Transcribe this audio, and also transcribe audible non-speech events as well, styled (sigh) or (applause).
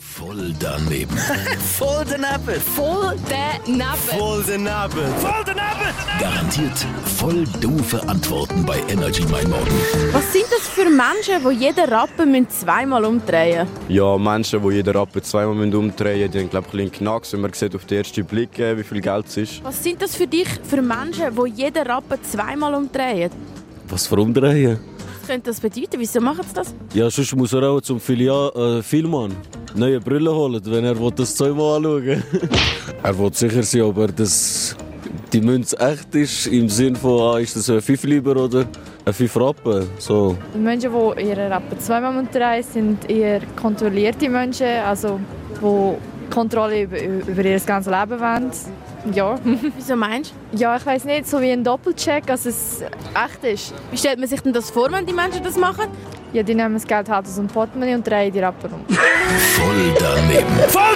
Voll daneben. Voll daneben. Voll daneben. Voll daneben. Voll daneben. Garantiert voll doofe Antworten bei Energy Mein Morgen. Was sind das für Menschen, die jeden Rappen müssen zweimal umdrehen müssen? Ja, Menschen, die jeden Rappen zweimal müssen umdrehen müssen, die haben, glaube ich, einen Knacks, wenn man sieht auf den ersten Blick, äh, wie viel Geld es ist. Was sind das für dich für Menschen, die jeden Rappen zweimal umdrehen? Was für Umdrehen? Was könnte das bedeuten? Wieso machen sie das? Ja, sonst muss er auch zum Filia äh, Filmmann neue Brille holen, wenn er will das zweimal anschauen (laughs) will. Er will sicher sein, ob er das, die Münze echt ist, im Sinne von, ah, ist das ein 5 lieber oder ein 5 Rappen. So. Die Menschen, die ihre Rappen zweimal umdrehen, sind eher kontrollierte Menschen, also die Kontrolle über, über ihr ganzes Leben wollen. Ja. (laughs) Wieso meinst du? ja, ich weiß nicht, so wie ein Doppelcheck, dass es echt ist. Wie stellt man sich denn das vor, wenn die Menschen das machen? Ja, die nehmen das Geld halt aus dem Portemonnaie und drehen die Rappen um. Voll daneben. Voll